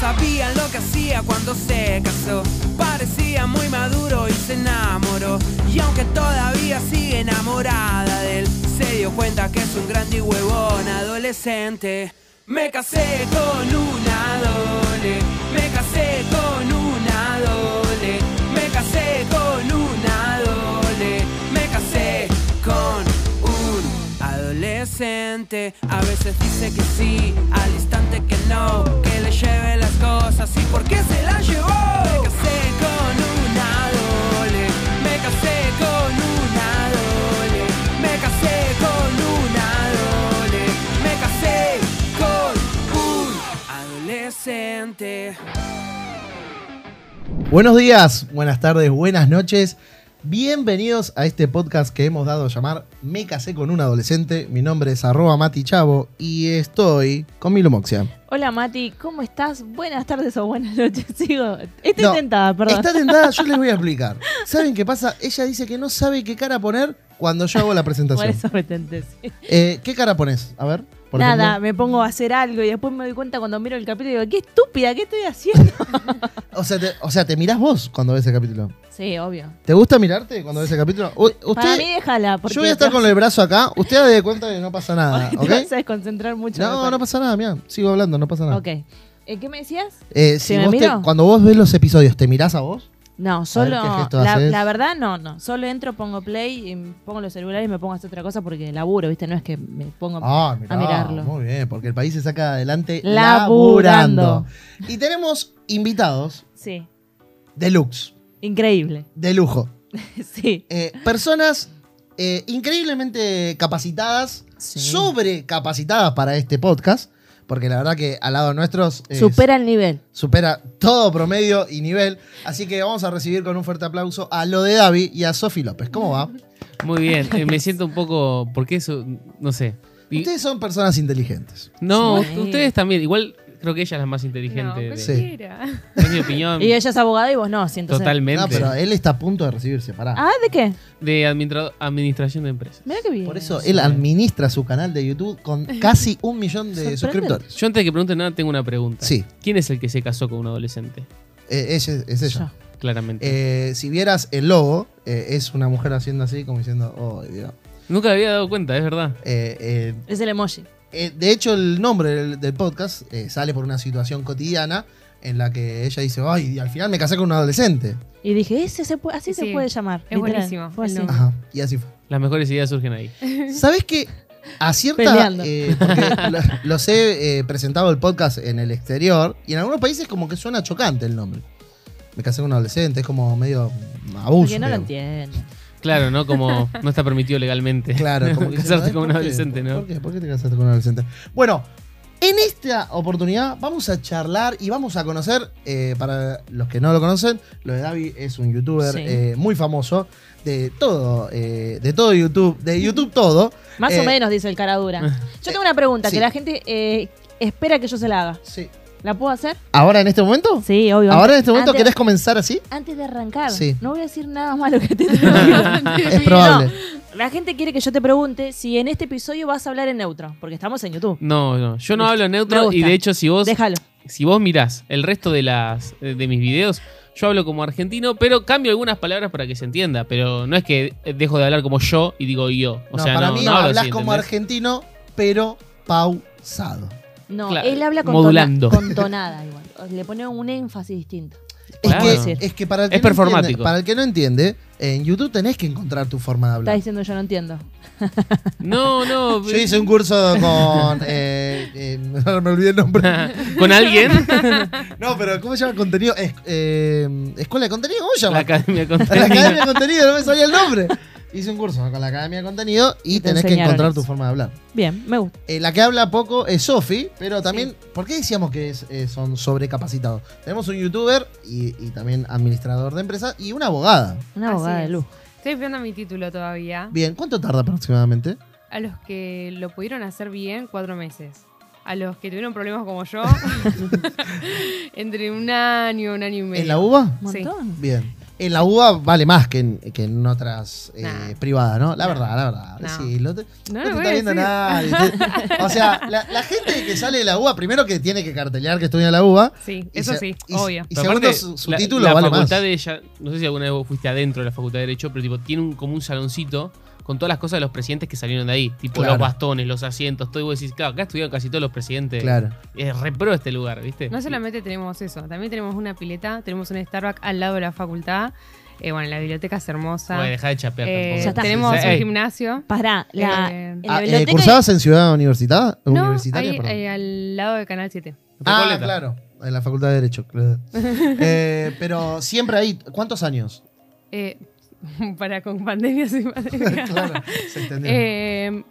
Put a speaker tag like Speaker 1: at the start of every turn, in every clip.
Speaker 1: sabían lo que hacía cuando se casó. Parecía muy maduro y se enamoró. Y aunque todavía sigue enamorada de él, se dio cuenta que es un grande y huevón adolescente. Me casé con una dole, me casé con una dole, me casé con una dole, me casé con un adolescente. A veces dice que sí, al instante que no, que le lleve las cosas y por qué se las llevó. Me casé con una dole, me casé con una dole, me casé con una dole, me casé con un adolescente.
Speaker 2: Buenos días, buenas tardes, buenas noches. Bienvenidos a este podcast que hemos dado a llamar Me casé con un adolescente. Mi nombre es arroba Mati Chavo y estoy con Milo Moxia.
Speaker 3: Hola Mati, ¿cómo estás? Buenas tardes o buenas noches. Sigo. Estoy
Speaker 2: No,
Speaker 3: tentada, perdón.
Speaker 2: Está tentada, yo les voy a explicar. ¿Saben qué pasa? Ella dice que no sabe qué cara poner cuando yo hago la
Speaker 3: Por
Speaker 2: presentación.
Speaker 3: eso me tenté, sí.
Speaker 2: Eh, ¿Qué cara pones? A ver. por
Speaker 3: Nada,
Speaker 2: ejemplo.
Speaker 3: me pongo a hacer algo y después me doy cuenta cuando miro el capítulo y digo, qué estúpida, ¿qué estoy haciendo?
Speaker 2: O sea, te, o sea, te mirás vos cuando ves el capítulo.
Speaker 3: sí, obvio.
Speaker 2: ¿Te gusta mirarte cuando ves el capítulo? U-
Speaker 3: Para
Speaker 2: usted,
Speaker 3: mí déjala, porque
Speaker 2: yo voy a estar
Speaker 3: te
Speaker 2: con el brazo acá. Usted haga de cuenta que no pasa nada,
Speaker 3: vas-
Speaker 2: ¿ok?
Speaker 3: Te vas a desconcentrar mucho. me
Speaker 2: No, no
Speaker 3: parece.
Speaker 2: pasa nada, mira, sigo hablando, no pasa nada.
Speaker 3: Ok. Eh, ¿Qué me decías?
Speaker 2: Eh, si
Speaker 3: ¿Que me
Speaker 2: vos te-
Speaker 3: miro?
Speaker 2: cuando vos ves los episodios, ¿te mirás a vos?
Speaker 3: No, solo.
Speaker 2: qué gesto
Speaker 3: la,
Speaker 2: haces.
Speaker 3: la verdad, no, no. Solo entro, pongo play, y pongo los celulares y me pongo a hacer otra cosa porque laburo, ¿viste? No es que me pongo.
Speaker 2: Ah, mirá,
Speaker 3: a mirarlo.
Speaker 2: Muy bien, porque el país se saca adelante laburando.
Speaker 3: Laburando.
Speaker 2: Y tenemos invitados
Speaker 3: Sí.
Speaker 2: deluxe,
Speaker 3: Increíble.
Speaker 2: de lujo.
Speaker 3: sí.
Speaker 2: Eh, personas eh, increíblemente capacitadas,
Speaker 3: Sí.
Speaker 2: sobrecapacitadas para este podcast, porque la verdad que al lado nuestros es-
Speaker 3: Supera el nivel.
Speaker 2: supera todo promedio y nivel. Así que vamos a recibir con un fuerte aplauso a lo de Davi y a Sofi López. ¿Cómo va?
Speaker 4: Muy bien, eh, me siento un poco. Porque eso, no sé. Y-
Speaker 2: Ustedes son personas inteligentes.
Speaker 4: no,
Speaker 3: Sí.
Speaker 4: u- ustedes también. Igual creo que ella es la más inteligente. de-
Speaker 2: pues Sí.
Speaker 4: Es mi opinión.
Speaker 3: Y ella es abogada y vos no, siento.
Speaker 4: Em, totalmente.
Speaker 2: No, pero él está a punto de recibirse, pará.
Speaker 3: Ah, ¿de qué?
Speaker 4: De administra- administración de empresas.
Speaker 3: Mira que bien.
Speaker 2: Por eso él administra su canal de YouTube con casi un millón de
Speaker 3: Sorprendente.
Speaker 2: suscriptores.
Speaker 4: Yo antes de que pregunten nada, tengo una pregunta.
Speaker 2: Sí,
Speaker 4: ¿Quién es el que se casó con un adolescente?
Speaker 2: eh, ella- es ella.
Speaker 4: Claramente.
Speaker 2: Eh, si vieras el logo, eh, es una mujer haciendo así, como diciendo, oh, Dios.
Speaker 4: Nunca me había dado cuenta, es verdad.
Speaker 2: Eh, eh,
Speaker 3: Yo. Es el emoji.
Speaker 2: eh, de hecho, el nombre del, del podcast eh, sale por una situación cotidiana en la que ella dice, ay, y al final me casé con un adolescente.
Speaker 3: Y dije, ese se puede, así se
Speaker 5: Sí,
Speaker 3: puede llamar.
Speaker 5: es buenísimo
Speaker 3: Fue
Speaker 5: el
Speaker 3: así.
Speaker 5: nombre.
Speaker 2: Ajá, y así fue.
Speaker 4: Las mejores ideas surgen ahí.
Speaker 2: ¿Sabes qué? A cierta.
Speaker 3: Peleando.
Speaker 2: eh, porque lo- los he eh, presentado el podcast en el exterior y en algunos países como que suena chocante el nombre. Me casé con un adolescente, es como medio abuso.
Speaker 3: Porque no lo
Speaker 2: digamos.
Speaker 3: entiendo.
Speaker 4: Claro, ¿no? Como no está permitido legalmente.
Speaker 2: Claro, como que
Speaker 4: casarte
Speaker 2: dicen,
Speaker 4: con un
Speaker 2: "Ay, ¿por qué?
Speaker 4: adolescente, ¿no?
Speaker 2: ¿Por qué? ¿Por qué te casaste con un adolescente? Bueno, en esta oportunidad vamos a charlar y vamos a conocer, eh, para los que no lo conocen, lo de Davi es un youtuber
Speaker 3: Sí.
Speaker 2: eh, muy famoso de todo, eh, de todo YouTube, de YouTube todo.
Speaker 3: Más
Speaker 2: Eh,
Speaker 3: o menos, dice el cara dura. Yo tengo una pregunta
Speaker 2: sí.
Speaker 3: que la gente eh, espera que yo se la haga.
Speaker 2: Sí.
Speaker 3: ¿La puedo hacer?
Speaker 2: ¿Ahora en este momento?
Speaker 3: Sí, obvio.
Speaker 2: ¿Ahora en este momento
Speaker 3: antes,
Speaker 2: querés comenzar así?
Speaker 3: Antes de arrancar,
Speaker 2: Sí.
Speaker 3: no voy a decir nada malo que te diga.
Speaker 2: Es probable.
Speaker 3: La gente quiere que yo te pregunte si en este episodio vas a hablar en neutro, porque estamos en YouTube.
Speaker 4: No, no. Yo no
Speaker 3: Me
Speaker 4: hablo
Speaker 3: me
Speaker 4: neutro
Speaker 3: gusta.
Speaker 4: y de hecho, si vos
Speaker 3: Déjalo.
Speaker 4: si vos mirás el resto de las de mis videos, yo hablo como argentino, pero cambio algunas palabras para que se entienda. Pero no es que dejo de hablar como yo y digo yo. O
Speaker 2: no,
Speaker 4: sea,
Speaker 2: para
Speaker 4: no,
Speaker 2: mí
Speaker 4: no hablo
Speaker 2: hablas
Speaker 4: así,
Speaker 2: como
Speaker 4: ¿entendés?
Speaker 2: argentino, pero pausado.
Speaker 3: No,
Speaker 4: Claro,
Speaker 3: él habla con,
Speaker 4: modulando.
Speaker 3: tona- con tonada igual. Le pone un énfasis distinto.
Speaker 2: Es,
Speaker 4: Claro.
Speaker 2: que, es que para el que,
Speaker 4: Es
Speaker 2: no entiende-
Speaker 4: performático.
Speaker 2: para el que no entiende, en YouTube tenés que encontrar tu forma de
Speaker 3: Está
Speaker 2: hablar.
Speaker 3: diciendo yo no entiendo.
Speaker 4: No, no.
Speaker 2: Yo hice un curso con. eh, eh, ahora me olvidé el nombre.
Speaker 4: ¿Con alguien?
Speaker 2: No, pero ¿cómo se llama contenido? Es- eh, ¿Escuela de contenido? ¿Cómo se
Speaker 4: La
Speaker 2: llama?
Speaker 4: academia
Speaker 2: la
Speaker 4: contenida.
Speaker 2: Academia de Contenido, no me salía el nombre. Hice un curso con la Academia de Contenido y,
Speaker 3: Y te
Speaker 2: tenés que
Speaker 3: enseñaron
Speaker 2: encontrar
Speaker 3: eso.
Speaker 2: tu forma de hablar.
Speaker 3: Bien, me gusta.
Speaker 2: Eh, la que habla poco es Sofi, pero también, ¿por qué decíamos que es- eh, son sobrecapacitados? Tenemos un youtuber y, y también administrador de empresa y una abogada.
Speaker 3: Una
Speaker 5: Así
Speaker 3: abogada de
Speaker 5: es.
Speaker 3: luz.
Speaker 5: Estoy esperando mi título todavía.
Speaker 2: Bien, ¿cuánto tarda aproximadamente?
Speaker 5: A los que lo pudieron hacer bien, cuatro meses. A los que tuvieron problemas como yo, entre un año, un año y medio.
Speaker 2: ¿En la uva?
Speaker 3: Un
Speaker 5: Sí.
Speaker 3: montón.
Speaker 2: Bien. en la UBA vale más que en, que en otras eh,
Speaker 5: Nah.
Speaker 2: privadas, ¿no? La verdad, la verdad.
Speaker 5: No.
Speaker 2: Sí, lo te- no
Speaker 5: No lo
Speaker 2: te
Speaker 5: voy
Speaker 2: está
Speaker 5: a
Speaker 2: viendo
Speaker 5: decir.
Speaker 2: nadie. Te- O sea, la, la gente que sale de la UBA, primero que tiene que cartelear que estudia en la UBA.
Speaker 5: Sí,
Speaker 2: y
Speaker 5: eso
Speaker 2: se-
Speaker 5: sí,
Speaker 2: y-
Speaker 5: obvio.
Speaker 2: Y
Speaker 4: Pero
Speaker 2: segundo,
Speaker 4: aparte,
Speaker 2: su, su
Speaker 4: la-
Speaker 2: título
Speaker 4: la
Speaker 2: vale
Speaker 4: facultad
Speaker 2: más.
Speaker 4: de ella, no sé si alguna vez vos fuiste adentro de la facultad de Derecho, pero tipo, tiene un, como un saloncito con todas las cosas de los presidentes que salieron de ahí. Tipo
Speaker 2: Claro.
Speaker 4: los bastones, los asientos, todo. Y vos decís, claro, acá estudiaron casi todos los presidentes.
Speaker 2: Claro.
Speaker 4: Es re pro este lugar, ¿viste?
Speaker 5: No solamente tenemos eso, también tenemos una pileta, tenemos un Starbucks al lado de la facultad. Eh, bueno, la biblioteca es hermosa.
Speaker 4: Bueno, dejá de chapear
Speaker 5: Eh,
Speaker 4: tampoco.
Speaker 3: Ya está.
Speaker 5: Tenemos
Speaker 4: Sí, sí.
Speaker 5: un
Speaker 4: Ey,
Speaker 5: gimnasio.
Speaker 3: Pará, la,
Speaker 5: Eh,
Speaker 3: en la
Speaker 2: Ah, eh,
Speaker 3: biblioteca.
Speaker 2: ¿Cursabas en ciudad universidad?
Speaker 5: No,
Speaker 2: universitaria?
Speaker 5: ahí,
Speaker 2: perdón.
Speaker 5: ahí al lado de Canal 7.
Speaker 2: ah,
Speaker 4: Recoleta.
Speaker 2: claro. En la facultad de Derecho. claro. Eh, pero siempre ahí. ¿Cuántos años?
Speaker 5: Eh, para con pandemia, sin pandemia.
Speaker 2: claro, se entendió.
Speaker 5: Eh,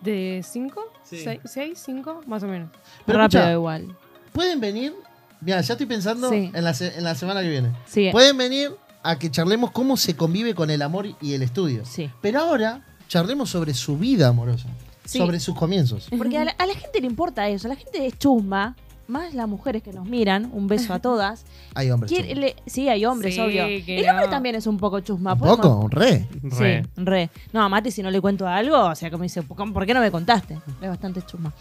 Speaker 5: ¿De 5?
Speaker 4: Sí.
Speaker 5: 6, 5, más o menos.
Speaker 2: pero
Speaker 3: rápido
Speaker 2: escucha,
Speaker 3: igual.
Speaker 2: ¿Pueden venir? Mira, ya estoy pensando
Speaker 3: Sí.
Speaker 2: en, la se- en la semana que viene.
Speaker 3: Sí,
Speaker 2: Pueden venir a que charlemos cómo se convive con el amor y el estudio.
Speaker 3: sí.
Speaker 2: Pero ahora charlemos sobre su vida amorosa,
Speaker 5: Sí.
Speaker 2: sobre sus comienzos.
Speaker 3: Porque a la, a la gente le importa eso, a la gente es chusma, más las mujeres que nos miran, un beso a todas.
Speaker 2: Hay hombres.
Speaker 3: Quiere-
Speaker 2: chicos.
Speaker 3: le- sí, hay hombres,
Speaker 5: Sí,
Speaker 3: obvio.
Speaker 5: que
Speaker 3: El hombre
Speaker 5: no.
Speaker 3: también es un poco chusma.
Speaker 2: Un
Speaker 3: podemos-
Speaker 2: poco, un re.
Speaker 4: Re.
Speaker 3: Sí, re. No, a Mati, si no le cuento algo, o sea, que me dice, "¿Por- ¿por qué no me contaste? Es bastante chuma.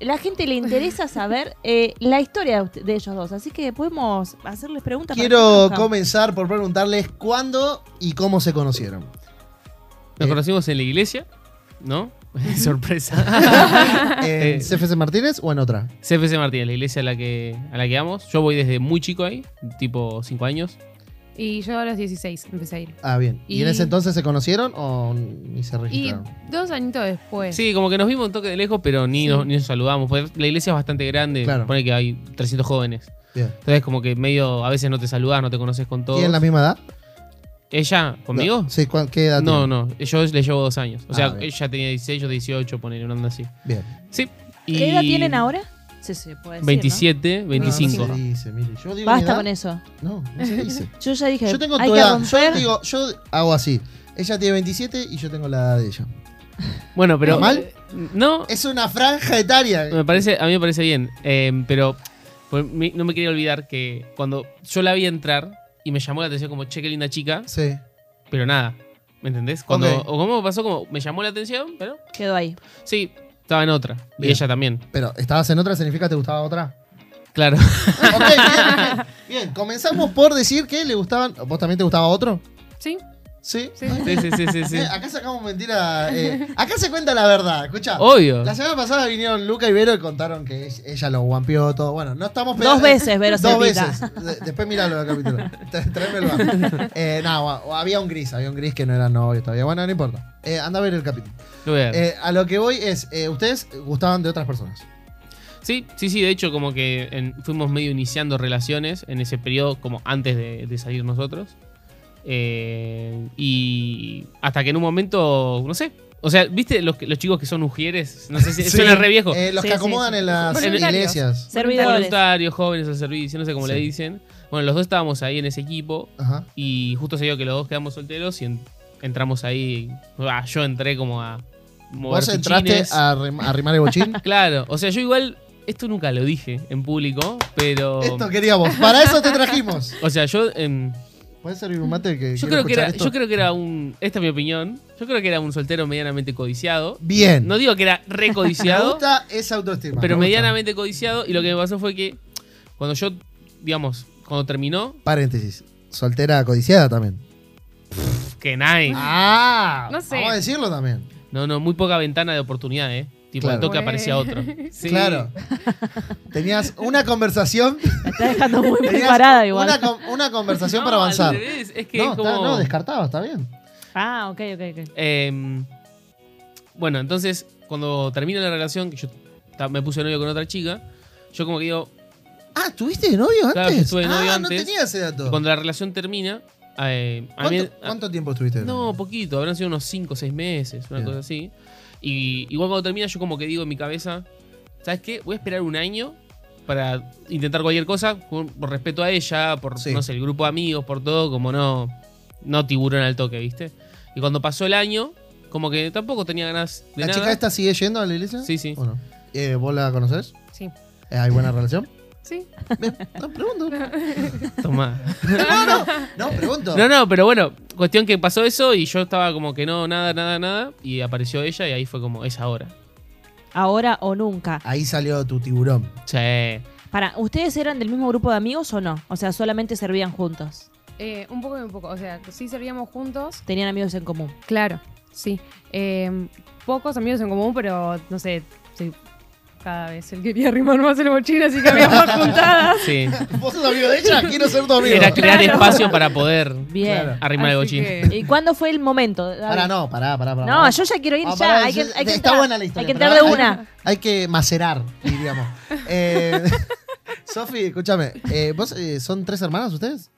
Speaker 3: La gente le interesa saber eh, la historia de, usted- de ellos dos, así que podemos hacerles preguntas. para que
Speaker 2: Quiero
Speaker 3: conozcan.
Speaker 2: comenzar por preguntarles cuándo y cómo se conocieron.
Speaker 4: Nos
Speaker 2: Eh.
Speaker 4: conocimos en la iglesia, ¿no? Sorpresa.
Speaker 2: ¿En
Speaker 4: Eh.
Speaker 2: CFC Martínez o en otra?
Speaker 4: CFC Martínez, la iglesia a la que a la que vamos. Yo voy desde muy chico ahí, tipo 5 años.
Speaker 5: Y yo a los 16 empecé a ir.
Speaker 2: Ah, bien. ¿Y, en
Speaker 5: Y-
Speaker 2: ese entonces se conocieron o ni se
Speaker 5: Y
Speaker 2: registraron?
Speaker 5: dos añitos después.
Speaker 4: Sí, como que nos vimos un toque de lejos, pero ni,
Speaker 5: Sí.
Speaker 4: nos, ni nos saludamos. porque La iglesia es bastante grande,
Speaker 2: Claro.
Speaker 4: supone que hay 300 jóvenes.
Speaker 2: Bien.
Speaker 4: Entonces como que medio, a veces no te saludás, no te conoces con todos.
Speaker 2: ¿Tienen la misma edad?
Speaker 4: ¿Ella? ¿Conmigo?
Speaker 2: No. Sí, ¿cuál- ¿qué edad?
Speaker 4: No,
Speaker 2: tienen?
Speaker 4: no, yo le llevo dos años. O
Speaker 2: Ah,
Speaker 4: sea,
Speaker 2: bien.
Speaker 4: ella tenía 16, yo 18, ponele, una onda así.
Speaker 2: Bien.
Speaker 4: Sí.
Speaker 3: ¿Qué
Speaker 4: y-
Speaker 3: edad tienen ahora? Sí, sí, puede decir, ¿no?
Speaker 4: 27, 25.
Speaker 2: No, no se dice, mire. Yo digo
Speaker 3: Basta
Speaker 2: mi
Speaker 3: con
Speaker 2: edad,
Speaker 3: eso.
Speaker 2: No, no se dice.
Speaker 3: Yo ya dije,
Speaker 2: yo tengo
Speaker 3: hay
Speaker 2: tu
Speaker 3: que
Speaker 2: edad.
Speaker 3: romper.
Speaker 2: Yo digo, yo hago así. Ella tiene 27 y yo tengo la edad de ella.
Speaker 4: Bueno, pero... eh,
Speaker 2: ¿Normal?
Speaker 4: No,
Speaker 2: Es una franja etaria.
Speaker 4: Me parece, a mí me parece bien, eh, pero pues, me- no me quería olvidar que cuando yo la vi entrar y me llamó la atención como, che, qué linda chica,
Speaker 2: Sí.
Speaker 4: pero nada, ¿me entendés? Cuando,
Speaker 2: Ok.
Speaker 4: O cómo pasó, como, me llamó la atención, pero
Speaker 3: Quedó ahí.
Speaker 4: sí, estaba en otra.
Speaker 2: Bien.
Speaker 4: Y ella también,
Speaker 2: Pero estabas en otra, significa te gustaba otra.
Speaker 4: claro.
Speaker 2: Ok, bien, bien. Bien, comenzamos por decir que le gustaban. ¿Vos también te gustaba otro?
Speaker 5: Sí,
Speaker 2: Sí.
Speaker 5: sí.
Speaker 4: Sí, sí, sí, sí, sí.
Speaker 2: Eh, acá sacamos mentira. eh, acá se cuenta la verdad, escucha.
Speaker 4: Obvio.
Speaker 2: La semana pasada vinieron Luca y Vero y contaron que es- ella lo guampeó todo. Bueno, no estamos pegando-
Speaker 3: Dos veces, Vero
Speaker 2: Dos
Speaker 3: Cepita.
Speaker 2: veces. De- después miralo el capítulo. Tra- Tráeme el bar. Eh, nada, gua- o había un gris, había un gris que no era novio todavía. Bueno, no importa. Eh, anda a ver el capítulo.
Speaker 4: Lo voy a ver.
Speaker 2: Eh, a lo que voy es, eh, ustedes gustaban de otras personas.
Speaker 4: Sí, sí, sí, de hecho como que en- fuimos medio iniciando relaciones en ese periodo como antes de, de salir nosotros. Eh, y hasta que en un momento, no sé, o sea, ¿viste los, que- los chicos que son ujieres? No sé si
Speaker 2: Sí.
Speaker 4: suena re viejo.
Speaker 2: Eh, los
Speaker 3: Sí,
Speaker 2: que
Speaker 3: sí,
Speaker 2: acomodan
Speaker 3: sí.
Speaker 2: en las
Speaker 5: Voluntarios.
Speaker 2: iglesias.
Speaker 3: Servidores.
Speaker 4: Voluntarios, jóvenes al servicio, no sé cómo le
Speaker 2: Sí.
Speaker 4: dicen. Bueno, los dos estábamos ahí en ese equipo
Speaker 2: Ajá.
Speaker 4: y justo se dio que los dos quedamos solteros y en- entramos ahí. Ah, yo entré como a mover
Speaker 2: Vos entraste
Speaker 4: fichines.
Speaker 2: a arrim- a arrimar el bochín.
Speaker 4: Claro, o sea, yo igual, esto nunca lo dije en público, pero...
Speaker 2: Esto queríamos. Para eso te trajimos.
Speaker 4: O sea, yo... em,
Speaker 2: ¿Puedes servir un mate? Que
Speaker 4: Yo
Speaker 2: quiero
Speaker 4: creo, que era,
Speaker 2: escuchar esto?
Speaker 4: yo creo que era un. Esta es mi opinión. Yo creo que era un soltero medianamente codiciado.
Speaker 2: Bien.
Speaker 4: No digo que era
Speaker 2: me
Speaker 4: recodiciado,
Speaker 2: gusta esa autoestima.
Speaker 4: pero
Speaker 2: me gusta.
Speaker 4: medianamente codiciado. Y lo que me pasó fue que cuando yo, digamos, cuando terminó,
Speaker 2: Paréntesis. Soltera codiciada también.
Speaker 4: que nadie.
Speaker 2: Ah,
Speaker 5: No sé.
Speaker 2: vamos a decirlo también.
Speaker 4: No, no, muy poca ventana de oportunidad, ¿eh? Tipo,
Speaker 2: Claro.
Speaker 4: al toque aparecía otro. Sí.
Speaker 2: Claro. Tenías una conversación.
Speaker 3: Me está dejando muy
Speaker 2: tenías
Speaker 3: preparada igual.
Speaker 2: Una, con- una conversación
Speaker 4: No,
Speaker 2: para avanzar.
Speaker 4: al revés, Es que
Speaker 2: No,
Speaker 4: como.
Speaker 2: está, no, descartado, está bien.
Speaker 3: Ah, ok, ok, ok.
Speaker 4: Em, bueno, entonces, cuando termina la relación, que yo ta- me puse novio con otra chica, yo como que digo,
Speaker 2: Ah, ¿tuviste de novio antes?
Speaker 4: Claro, estuve de novio
Speaker 2: ah, no
Speaker 4: antes.
Speaker 2: tenía ese dato.
Speaker 4: cuando la relación termina, eh, a
Speaker 2: ¿Cuánto,
Speaker 4: mí. a-
Speaker 2: cuánto tiempo estuviste de novio?
Speaker 4: No, poquito, habrán sido unos 5 o 6 meses, una
Speaker 2: Bien.
Speaker 4: cosa así. Y igual cuando termina, yo como que digo en mi cabeza, ¿sabes qué? Voy a esperar un año para intentar cualquier cosa, con- por respeto a ella, por
Speaker 2: Sí.
Speaker 4: no sé, el grupo de amigos, por todo, como no, no tiburón al toque, ¿viste? Y cuando pasó el año, como que tampoco tenía ganas de
Speaker 2: ¿La
Speaker 4: nada.
Speaker 2: chica esta sigue yendo a la iglesia?
Speaker 4: Sí, sí.
Speaker 2: ¿O no? Eh, ¿Vos la conocés?
Speaker 5: Sí.
Speaker 2: Eh, ¿Hay buena relación?
Speaker 5: Sí.
Speaker 2: Me- No, pregunto.
Speaker 4: Tomá.
Speaker 2: No, no, no, pregunto.
Speaker 4: No, no, pero bueno, cuestión que pasó eso y yo estaba como que no, nada, nada, nada. Y apareció ella y ahí fue como, es ahora.
Speaker 3: Ahora o nunca.
Speaker 2: Ahí salió tu tiburón.
Speaker 4: Che.
Speaker 3: Para, ¿ustedes eran del mismo grupo de amigos o no? O sea, solamente servían juntos.
Speaker 5: Eh, un poco y un poco. O sea, sí servíamos juntos.
Speaker 3: Tenían amigos en común.
Speaker 5: Claro, sí. Eh, pocos amigos en común, pero no sé. sí, cada vez él quería arrimar más el mochila, así que habíamos juntadas.
Speaker 4: Sí.
Speaker 2: ¿Vos sos amigo de ella? Quiero ser tu amigo.
Speaker 4: Era crear espacio para poder
Speaker 3: Bien.
Speaker 2: Claro.
Speaker 4: arrimar el
Speaker 5: Así
Speaker 4: bochín.
Speaker 5: que-
Speaker 3: ¿Y cuándo fue el momento?
Speaker 2: Pará, no, pará, pará, pará.
Speaker 3: No, yo ya quiero ir
Speaker 2: Ah,
Speaker 3: ya.
Speaker 2: pará,
Speaker 3: hay que,
Speaker 2: yo-
Speaker 3: hay que
Speaker 2: está
Speaker 3: entrar,
Speaker 2: buena la historia.
Speaker 3: Hay que
Speaker 2: pero
Speaker 3: entrar de una.
Speaker 2: Hay que macerar, diríamos. Eh, Sofi, escúchame. eh, ¿Vos eh, son tres hermanas ustedes?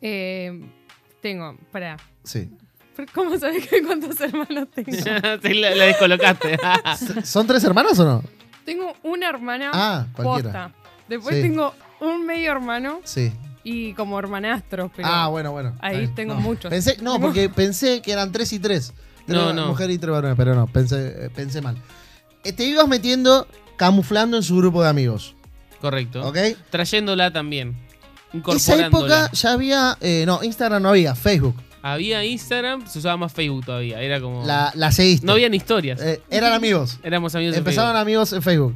Speaker 5: Eh, tengo, para.
Speaker 2: Sí.
Speaker 5: ¿Cómo sabes que cuántos hermanos tengo?
Speaker 4: Sí, la, la descolocaste.
Speaker 2: ¿Son tres hermanas o no?
Speaker 5: tengo una hermana
Speaker 2: Ah, cualquiera.
Speaker 5: posta. Después
Speaker 2: Sí.
Speaker 5: tengo un medio hermano
Speaker 2: Sí.
Speaker 5: y como hermanastros, pero
Speaker 2: ah, bueno, bueno.
Speaker 5: ahí
Speaker 2: Está bien.
Speaker 5: tengo
Speaker 2: No.
Speaker 5: muchos.
Speaker 2: Pensé, no, porque pensé que eran tres y tres. Tres
Speaker 4: No, no.
Speaker 2: Mujer y tres varones, pero no, pensé, eh, pensé mal. Eh, Te ibas metiendo, camuflando en su grupo de amigos.
Speaker 4: Correcto.
Speaker 2: ¿Ok?
Speaker 4: Trayéndola también.
Speaker 2: Esa
Speaker 4: Incorporándola.
Speaker 2: época ya había. eh, no, Instagram no había, Facebook.
Speaker 4: Había Instagram, se usaba más Facebook todavía. Era como.
Speaker 2: La, la seguiste.
Speaker 4: No habían historias.
Speaker 2: Eh, eran amigos.
Speaker 4: Éramos amigos en
Speaker 2: Empezaron amigos en Facebook.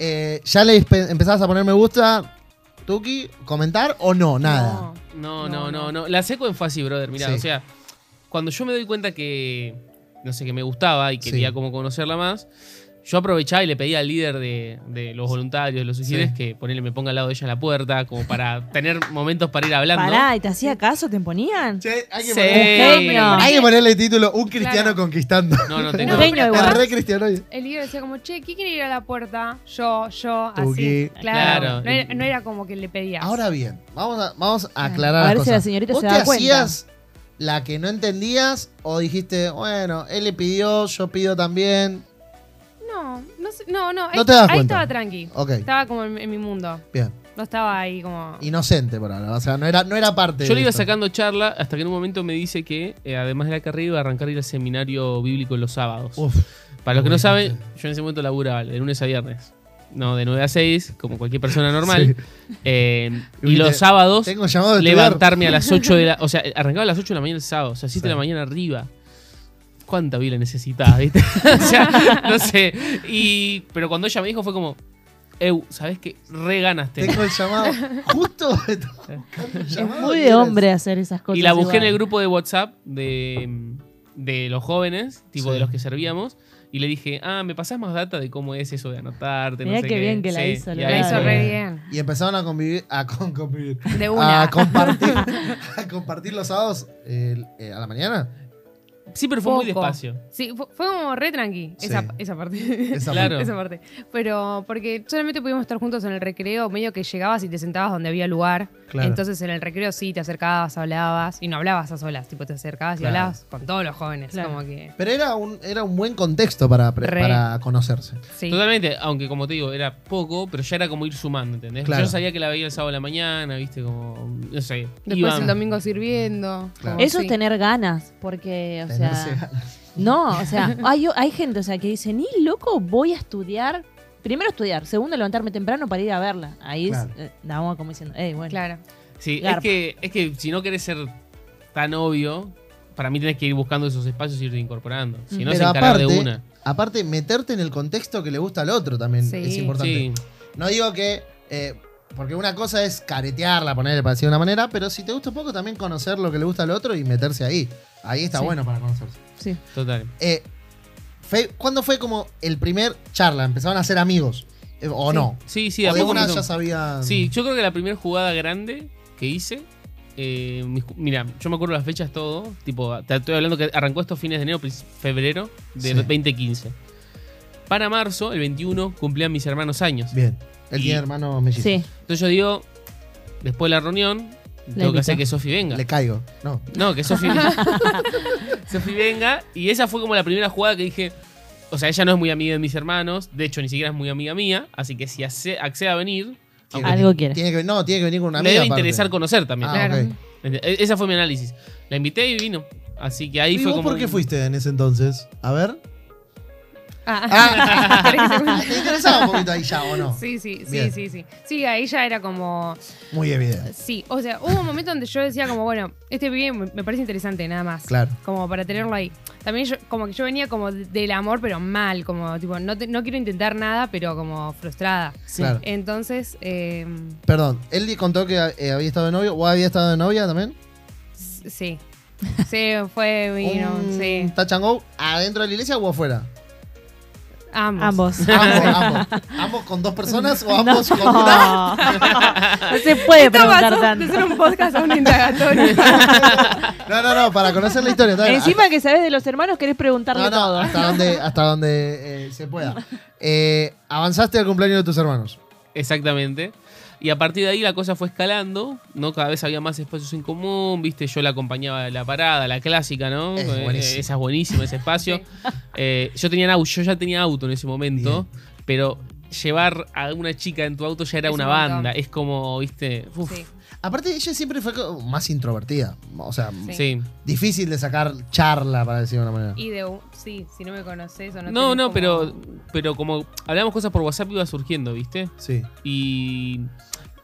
Speaker 2: Eh, ¿Ya le empe- empezabas a poner me gusta, Tuki, comentar o no? Nada.
Speaker 5: No.
Speaker 4: Facebook. No, no,
Speaker 5: No,
Speaker 4: no,
Speaker 5: no.
Speaker 4: no. La seco en fue así, brother. Mirá,
Speaker 2: Sí.
Speaker 4: o sea, cuando yo me doy cuenta que. No sé, que me gustaba y quería
Speaker 2: Sí.
Speaker 4: como conocerla más. Yo aprovechaba y le pedía al líder de, de los voluntarios, de los suicidas,
Speaker 2: Sí.
Speaker 4: que ponerle me ponga al lado de ella en la puerta, como para tener momentos para ir hablando.
Speaker 3: Pará, ¿y te hacía caso? ¿Te ponían?
Speaker 2: Che, hay,
Speaker 4: Sí.
Speaker 3: genio.
Speaker 2: hay que ponerle el título Un cristiano
Speaker 5: Claro.
Speaker 2: conquistando.
Speaker 4: No, no
Speaker 5: No,
Speaker 4: tengo.
Speaker 3: Pequeño
Speaker 5: pero
Speaker 3: igual.
Speaker 2: Es
Speaker 5: aparte,
Speaker 2: re cristiano. oye.
Speaker 5: el líder decía como, che, ¿quién quiere ir a la puerta? Yo, yo,
Speaker 2: Tuqui.
Speaker 5: así. Claro.
Speaker 4: Claro.
Speaker 5: No, era, no era como que le pedías.
Speaker 2: Ahora bien, vamos a, vamos a aclarar
Speaker 3: A
Speaker 2: las
Speaker 3: ver si
Speaker 2: cosas.
Speaker 3: la señorita
Speaker 2: ¿Vos
Speaker 3: se
Speaker 2: te
Speaker 3: da cuenta.
Speaker 2: hacías la que no entendías o dijiste, bueno, él le pidió, yo pido también?
Speaker 5: No, no sé, no, no. Ahí,
Speaker 2: No te das
Speaker 5: ahí
Speaker 2: cuenta.
Speaker 5: estaba tranqui.
Speaker 2: Ok,
Speaker 5: Estaba como en, en mi mundo.
Speaker 2: bien.
Speaker 5: No estaba ahí como...
Speaker 2: Inocente por ahora. O sea, no era, no era parte.
Speaker 4: Yo le
Speaker 2: de
Speaker 4: iba
Speaker 2: esto.
Speaker 4: sacando charla hasta que en un momento me dice que, eh, además de la carrera, iba a arrancar a ir al seminario bíblico los sábados.
Speaker 2: Uf,
Speaker 4: Para los que no
Speaker 2: Uy,
Speaker 4: saben,
Speaker 2: gente.
Speaker 4: yo en ese momento laburaba de lunes a viernes. No, de 9 a 6, como cualquier persona normal. Eh, y
Speaker 2: Uy, te-
Speaker 4: los sábados,
Speaker 2: tengo llamado de estudiar.
Speaker 4: levantarme a las 8 de la... O sea, arrancaba a las 8 de la mañana el sábado, o sea, 7 de
Speaker 2: Sí.
Speaker 4: la mañana arriba. ¿Cuánta vida necesitaba, viste? o sea, no sé. Y, pero cuando ella me dijo fue como, Eu, ¿sabes qué? Re ganas tenés".
Speaker 2: Tengo el llamado. Justo estaba buscando el
Speaker 3: Es
Speaker 2: llamado
Speaker 3: muy
Speaker 2: y
Speaker 3: de
Speaker 2: era-
Speaker 3: hombre hacer esas cosas.
Speaker 4: Y la busqué en
Speaker 3: igual.
Speaker 4: el grupo de WhatsApp de, de los jóvenes, tipo
Speaker 2: Sí.
Speaker 4: de los que servíamos. Y le dije, ah, ¿me pasás más data de cómo es eso de anotarte?
Speaker 3: Mirá
Speaker 4: no sé
Speaker 3: qué
Speaker 4: qué
Speaker 3: bien que la
Speaker 4: Sí,
Speaker 3: hizo,
Speaker 4: y
Speaker 3: la
Speaker 4: ahí
Speaker 5: La hizo
Speaker 4: fue.
Speaker 5: re bien.
Speaker 2: Y empezaron a convivir, a con- convivir,
Speaker 5: De una.
Speaker 2: a compartir, a compartir los sábados eh, eh, a la mañana.
Speaker 4: Sí, pero fue muy
Speaker 5: Poco.
Speaker 4: despacio.
Speaker 5: Sí, fu- fue como re tranqui
Speaker 2: Sí.
Speaker 5: esa, esa parte.
Speaker 2: Esa
Speaker 4: Claro.
Speaker 5: Esa parte. Pero porque solamente pudimos estar juntos en el recreo, medio que llegabas y te sentabas donde había lugar.
Speaker 2: Claro.
Speaker 5: Entonces en el recreo sí, te acercabas, hablabas y no hablabas a solas, tipo te acercabas y
Speaker 2: Claro.
Speaker 5: hablabas con todos los jóvenes,
Speaker 3: Claro.
Speaker 5: como que
Speaker 2: Pero era un, era un buen contexto para, pre-
Speaker 5: Re.
Speaker 2: para conocerse.
Speaker 5: sí.
Speaker 4: Totalmente, aunque como te digo, era poco, pero ya era como ir sumando, ¿entendés?
Speaker 2: Claro.
Speaker 4: Yo sabía que la veía el sábado a la mañana, viste, como, no sé,
Speaker 5: Después
Speaker 4: iban.
Speaker 5: el domingo sirviendo.
Speaker 2: Claro.
Speaker 5: como
Speaker 3: Eso
Speaker 5: sí.
Speaker 3: es tener ganas, porque, o
Speaker 2: Tenerse
Speaker 3: sea.
Speaker 2: ganas.
Speaker 3: No, o sea, hay, hay gente o sea, que dice, ni loco, voy a estudiar. Primero estudiar, segundo levantarme temprano para ir a verla. Ahí es-
Speaker 2: Claro.
Speaker 3: eh, la vamos como diciendo, "Ey, bueno.
Speaker 5: Claro.
Speaker 4: Sí, es
Speaker 3: Garpa.
Speaker 4: que, es que si no querés ser tan obvio, para mí tenés que ir buscando esos espacios y irte incorporando. Si no, se
Speaker 2: Pero
Speaker 4: encargar de
Speaker 2: aparte,
Speaker 4: una.
Speaker 2: aparte, meterte en el contexto que le gusta al otro también
Speaker 5: Sí.
Speaker 2: es importante.
Speaker 4: Sí,
Speaker 2: No digo que. eh, porque una cosa es caretearla, ponerle para decir de una manera, pero si te gusta un poco también conocer lo que le gusta al otro y meterse ahí. Ahí está
Speaker 3: Sí.
Speaker 2: bueno para conocerse.
Speaker 3: Sí.
Speaker 4: total.
Speaker 2: Eh, fe- ¿Cuándo fue como el primer charla? ¿Empezaron a ser amigos? Eh, ¿O no?
Speaker 4: Sí, sí,
Speaker 2: Sí,
Speaker 4: de a poco
Speaker 2: una
Speaker 4: empezó-
Speaker 2: ya sabían.
Speaker 4: Sí, yo creo que la primera jugada grande que hice. eh, mis ju- mira, yo me acuerdo las fechas todo. Tipo, te estoy hablando que arrancó estos fines de enero, princ- febrero de
Speaker 2: Sí.
Speaker 4: 2015. Para marzo, el 21, cumplían mis hermanos años.
Speaker 2: Bien. Él
Speaker 4: Y-
Speaker 2: tiene hermano mellizos.
Speaker 3: Sí.
Speaker 4: Entonces yo digo, después de la reunión, tengo que
Speaker 3: invito.
Speaker 4: hacer que Sofi venga.
Speaker 2: Le caigo. No.
Speaker 4: No, que Sofi Sofi venga. Y esa fue como la primera jugada que dije. O sea, ella no es muy amiga de mis hermanos. De hecho, ni siquiera es muy amiga mía. Así que si ace- accede a venir,
Speaker 2: Tiene que-
Speaker 3: Algo quiere.
Speaker 2: Tiene que, no, tiene que venir con una
Speaker 4: le
Speaker 2: amiga.
Speaker 4: debe
Speaker 2: aparte.
Speaker 4: interesar conocer también.
Speaker 2: Ah,
Speaker 5: Claro.
Speaker 2: ok.
Speaker 4: Ente- e- Esa fue mi análisis. La invité y vino. Así que ahí
Speaker 2: ¿Y
Speaker 4: fue
Speaker 2: vos
Speaker 4: como.
Speaker 2: por qué
Speaker 4: un-
Speaker 2: fuiste en ese entonces? A ver.
Speaker 5: Ah. ¿Querés que se
Speaker 2: Ah,
Speaker 5: cuente?
Speaker 2: ¿Te interesaba un poquito ahí ya o no?
Speaker 5: Sí, sí, sí,
Speaker 2: Bien.
Speaker 5: sí, sí. Sí, ahí ya era como.
Speaker 2: Muy evidente.
Speaker 5: Sí, o sea, hubo un momento donde yo decía como, bueno, este pibe me me parece interesante, nada más.
Speaker 2: Claro.
Speaker 5: Como para tenerlo ahí. También yo, como que yo venía como de- del amor, pero mal, como tipo, no, te- no quiero intentar nada, pero como frustrada.
Speaker 4: Sí.
Speaker 2: Claro.
Speaker 5: Entonces, eh,
Speaker 2: Perdón, él le contó que eh, había estado de novio o había estado de novia también.
Speaker 5: s- sí. Sí, fue, vino,
Speaker 2: Un
Speaker 5: sí.
Speaker 2: touch and go adentro de la iglesia o afuera.
Speaker 5: Ambos.
Speaker 3: Ambos.
Speaker 2: Ambos, ambos. ¿Ambos con dos personas o ambos con una?
Speaker 3: No. No se puede
Speaker 5: Esto
Speaker 3: preguntar
Speaker 5: pasó de
Speaker 3: tanto.
Speaker 5: ser un podcast a un indagatorio.
Speaker 2: No, no, no, para conocer la historia. está bien.
Speaker 3: Encima que sabes de los hermanos, querés preguntarle
Speaker 2: No, no,
Speaker 3: todo.
Speaker 2: hasta donde, hasta donde eh, se pueda. Eh, avanzaste al cumpleaños de tus hermanos.
Speaker 4: Exactamente. Y a partir de ahí la cosa fue escalando, ¿no? Cada vez había más espacios en común, ¿viste? Yo la acompañaba de la parada, la clásica, ¿no?
Speaker 2: Es
Speaker 4: Eh,
Speaker 2: buenísimo.
Speaker 4: esa es buenísima, ese espacio. Eh, yo, tenía, au- yo ya tenía auto en ese momento, pero llevar a una chica en tu auto ya era
Speaker 5: Es
Speaker 4: una
Speaker 5: un montón.
Speaker 4: banda. Es como, ¿viste? Uf,
Speaker 5: Sí.
Speaker 2: Aparte, ella siempre fue como más introvertida. O sea,
Speaker 5: Sí.
Speaker 4: sí.
Speaker 2: difícil de sacar charla, para decirlo de una manera.
Speaker 5: Y de un- sí, si no me conoces o
Speaker 4: No,
Speaker 5: no tenés
Speaker 4: no,
Speaker 5: como-
Speaker 4: pero, pero como hablábamos cosas por WhatsApp iba surgiendo, ¿viste?
Speaker 2: Sí,
Speaker 4: Y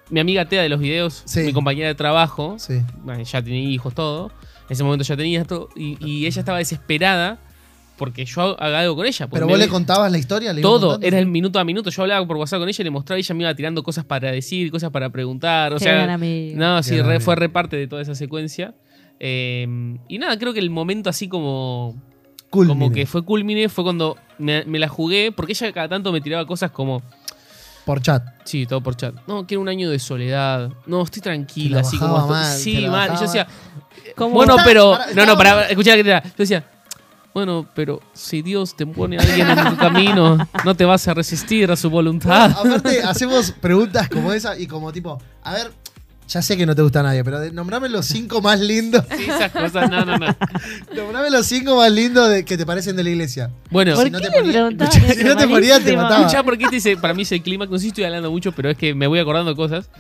Speaker 4: mi amiga Tea de los videos,
Speaker 2: Sí.
Speaker 4: mi compañera de trabajo,
Speaker 2: sí.
Speaker 4: bueno, ya tenía hijos, todo. En ese momento ya tenía todo. Y, y ella estaba desesperada porque yo hago- haga algo con ella. porque
Speaker 2: Pero
Speaker 4: me-
Speaker 2: vos le contabas la historia, le ibas
Speaker 4: Todo,
Speaker 2: contando?
Speaker 4: era el minuto a minuto. Yo hablaba por WhatsApp con ella y le mostraba y ella me iba tirando cosas para decir, cosas para preguntar. O
Speaker 3: Qué
Speaker 4: sea,
Speaker 3: gran amigo.
Speaker 4: no,
Speaker 2: Qué
Speaker 4: sí,
Speaker 2: gran
Speaker 4: re-
Speaker 2: amigo.
Speaker 4: fue reparte de toda esa secuencia. Eh, y nada, creo que el momento así como
Speaker 2: Culmine.
Speaker 4: como que fue culmine fue cuando me, me la jugué, porque ella cada tanto me tiraba cosas como,
Speaker 2: Por chat.
Speaker 4: sí, todo por chat. No, quiero un año de soledad. No, estoy
Speaker 2: Te la
Speaker 4: tranquila, así como
Speaker 2: bajaba
Speaker 4: estoy.
Speaker 2: mal, te
Speaker 4: sí,
Speaker 2: la
Speaker 4: mal. Y
Speaker 2: bajaba
Speaker 4: yo decía,
Speaker 3: Como-
Speaker 4: bueno,
Speaker 2: Está-
Speaker 4: pero.
Speaker 2: para-
Speaker 4: no,
Speaker 2: está-
Speaker 4: no, para, escuchá la que te da. Yo decía, bueno, pero si Dios te pone a alguien en tu camino, no te vas a resistir a su voluntad.
Speaker 2: Bueno, aparte, hacemos preguntas como esa y como tipo, a ver, ya sé que no te gusta a nadie, pero de- nombrame los cinco más lindos.
Speaker 4: Sí, esas cosas, no, no, no.
Speaker 2: nombrame los cinco más lindos de- que te parecen de la iglesia.
Speaker 4: Bueno,
Speaker 3: ¿Por
Speaker 2: si no
Speaker 3: qué
Speaker 2: te
Speaker 3: le
Speaker 2: ponía-
Speaker 3: preguntás?
Speaker 2: si no te ponía, te
Speaker 3: Buenísimo.
Speaker 2: mataba.
Speaker 4: escuchá porque este es- para mí es el clímax. No sé si estoy hablando mucho, pero es que me voy acordando cosas.